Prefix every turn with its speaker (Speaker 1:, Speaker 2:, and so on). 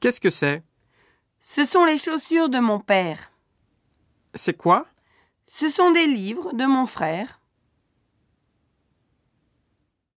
Speaker 1: Qu'est-ce que c'est
Speaker 2: Ce sont les chaussures de mon père.
Speaker 1: C'est quoi
Speaker 2: Ce sont des livres de mon frère.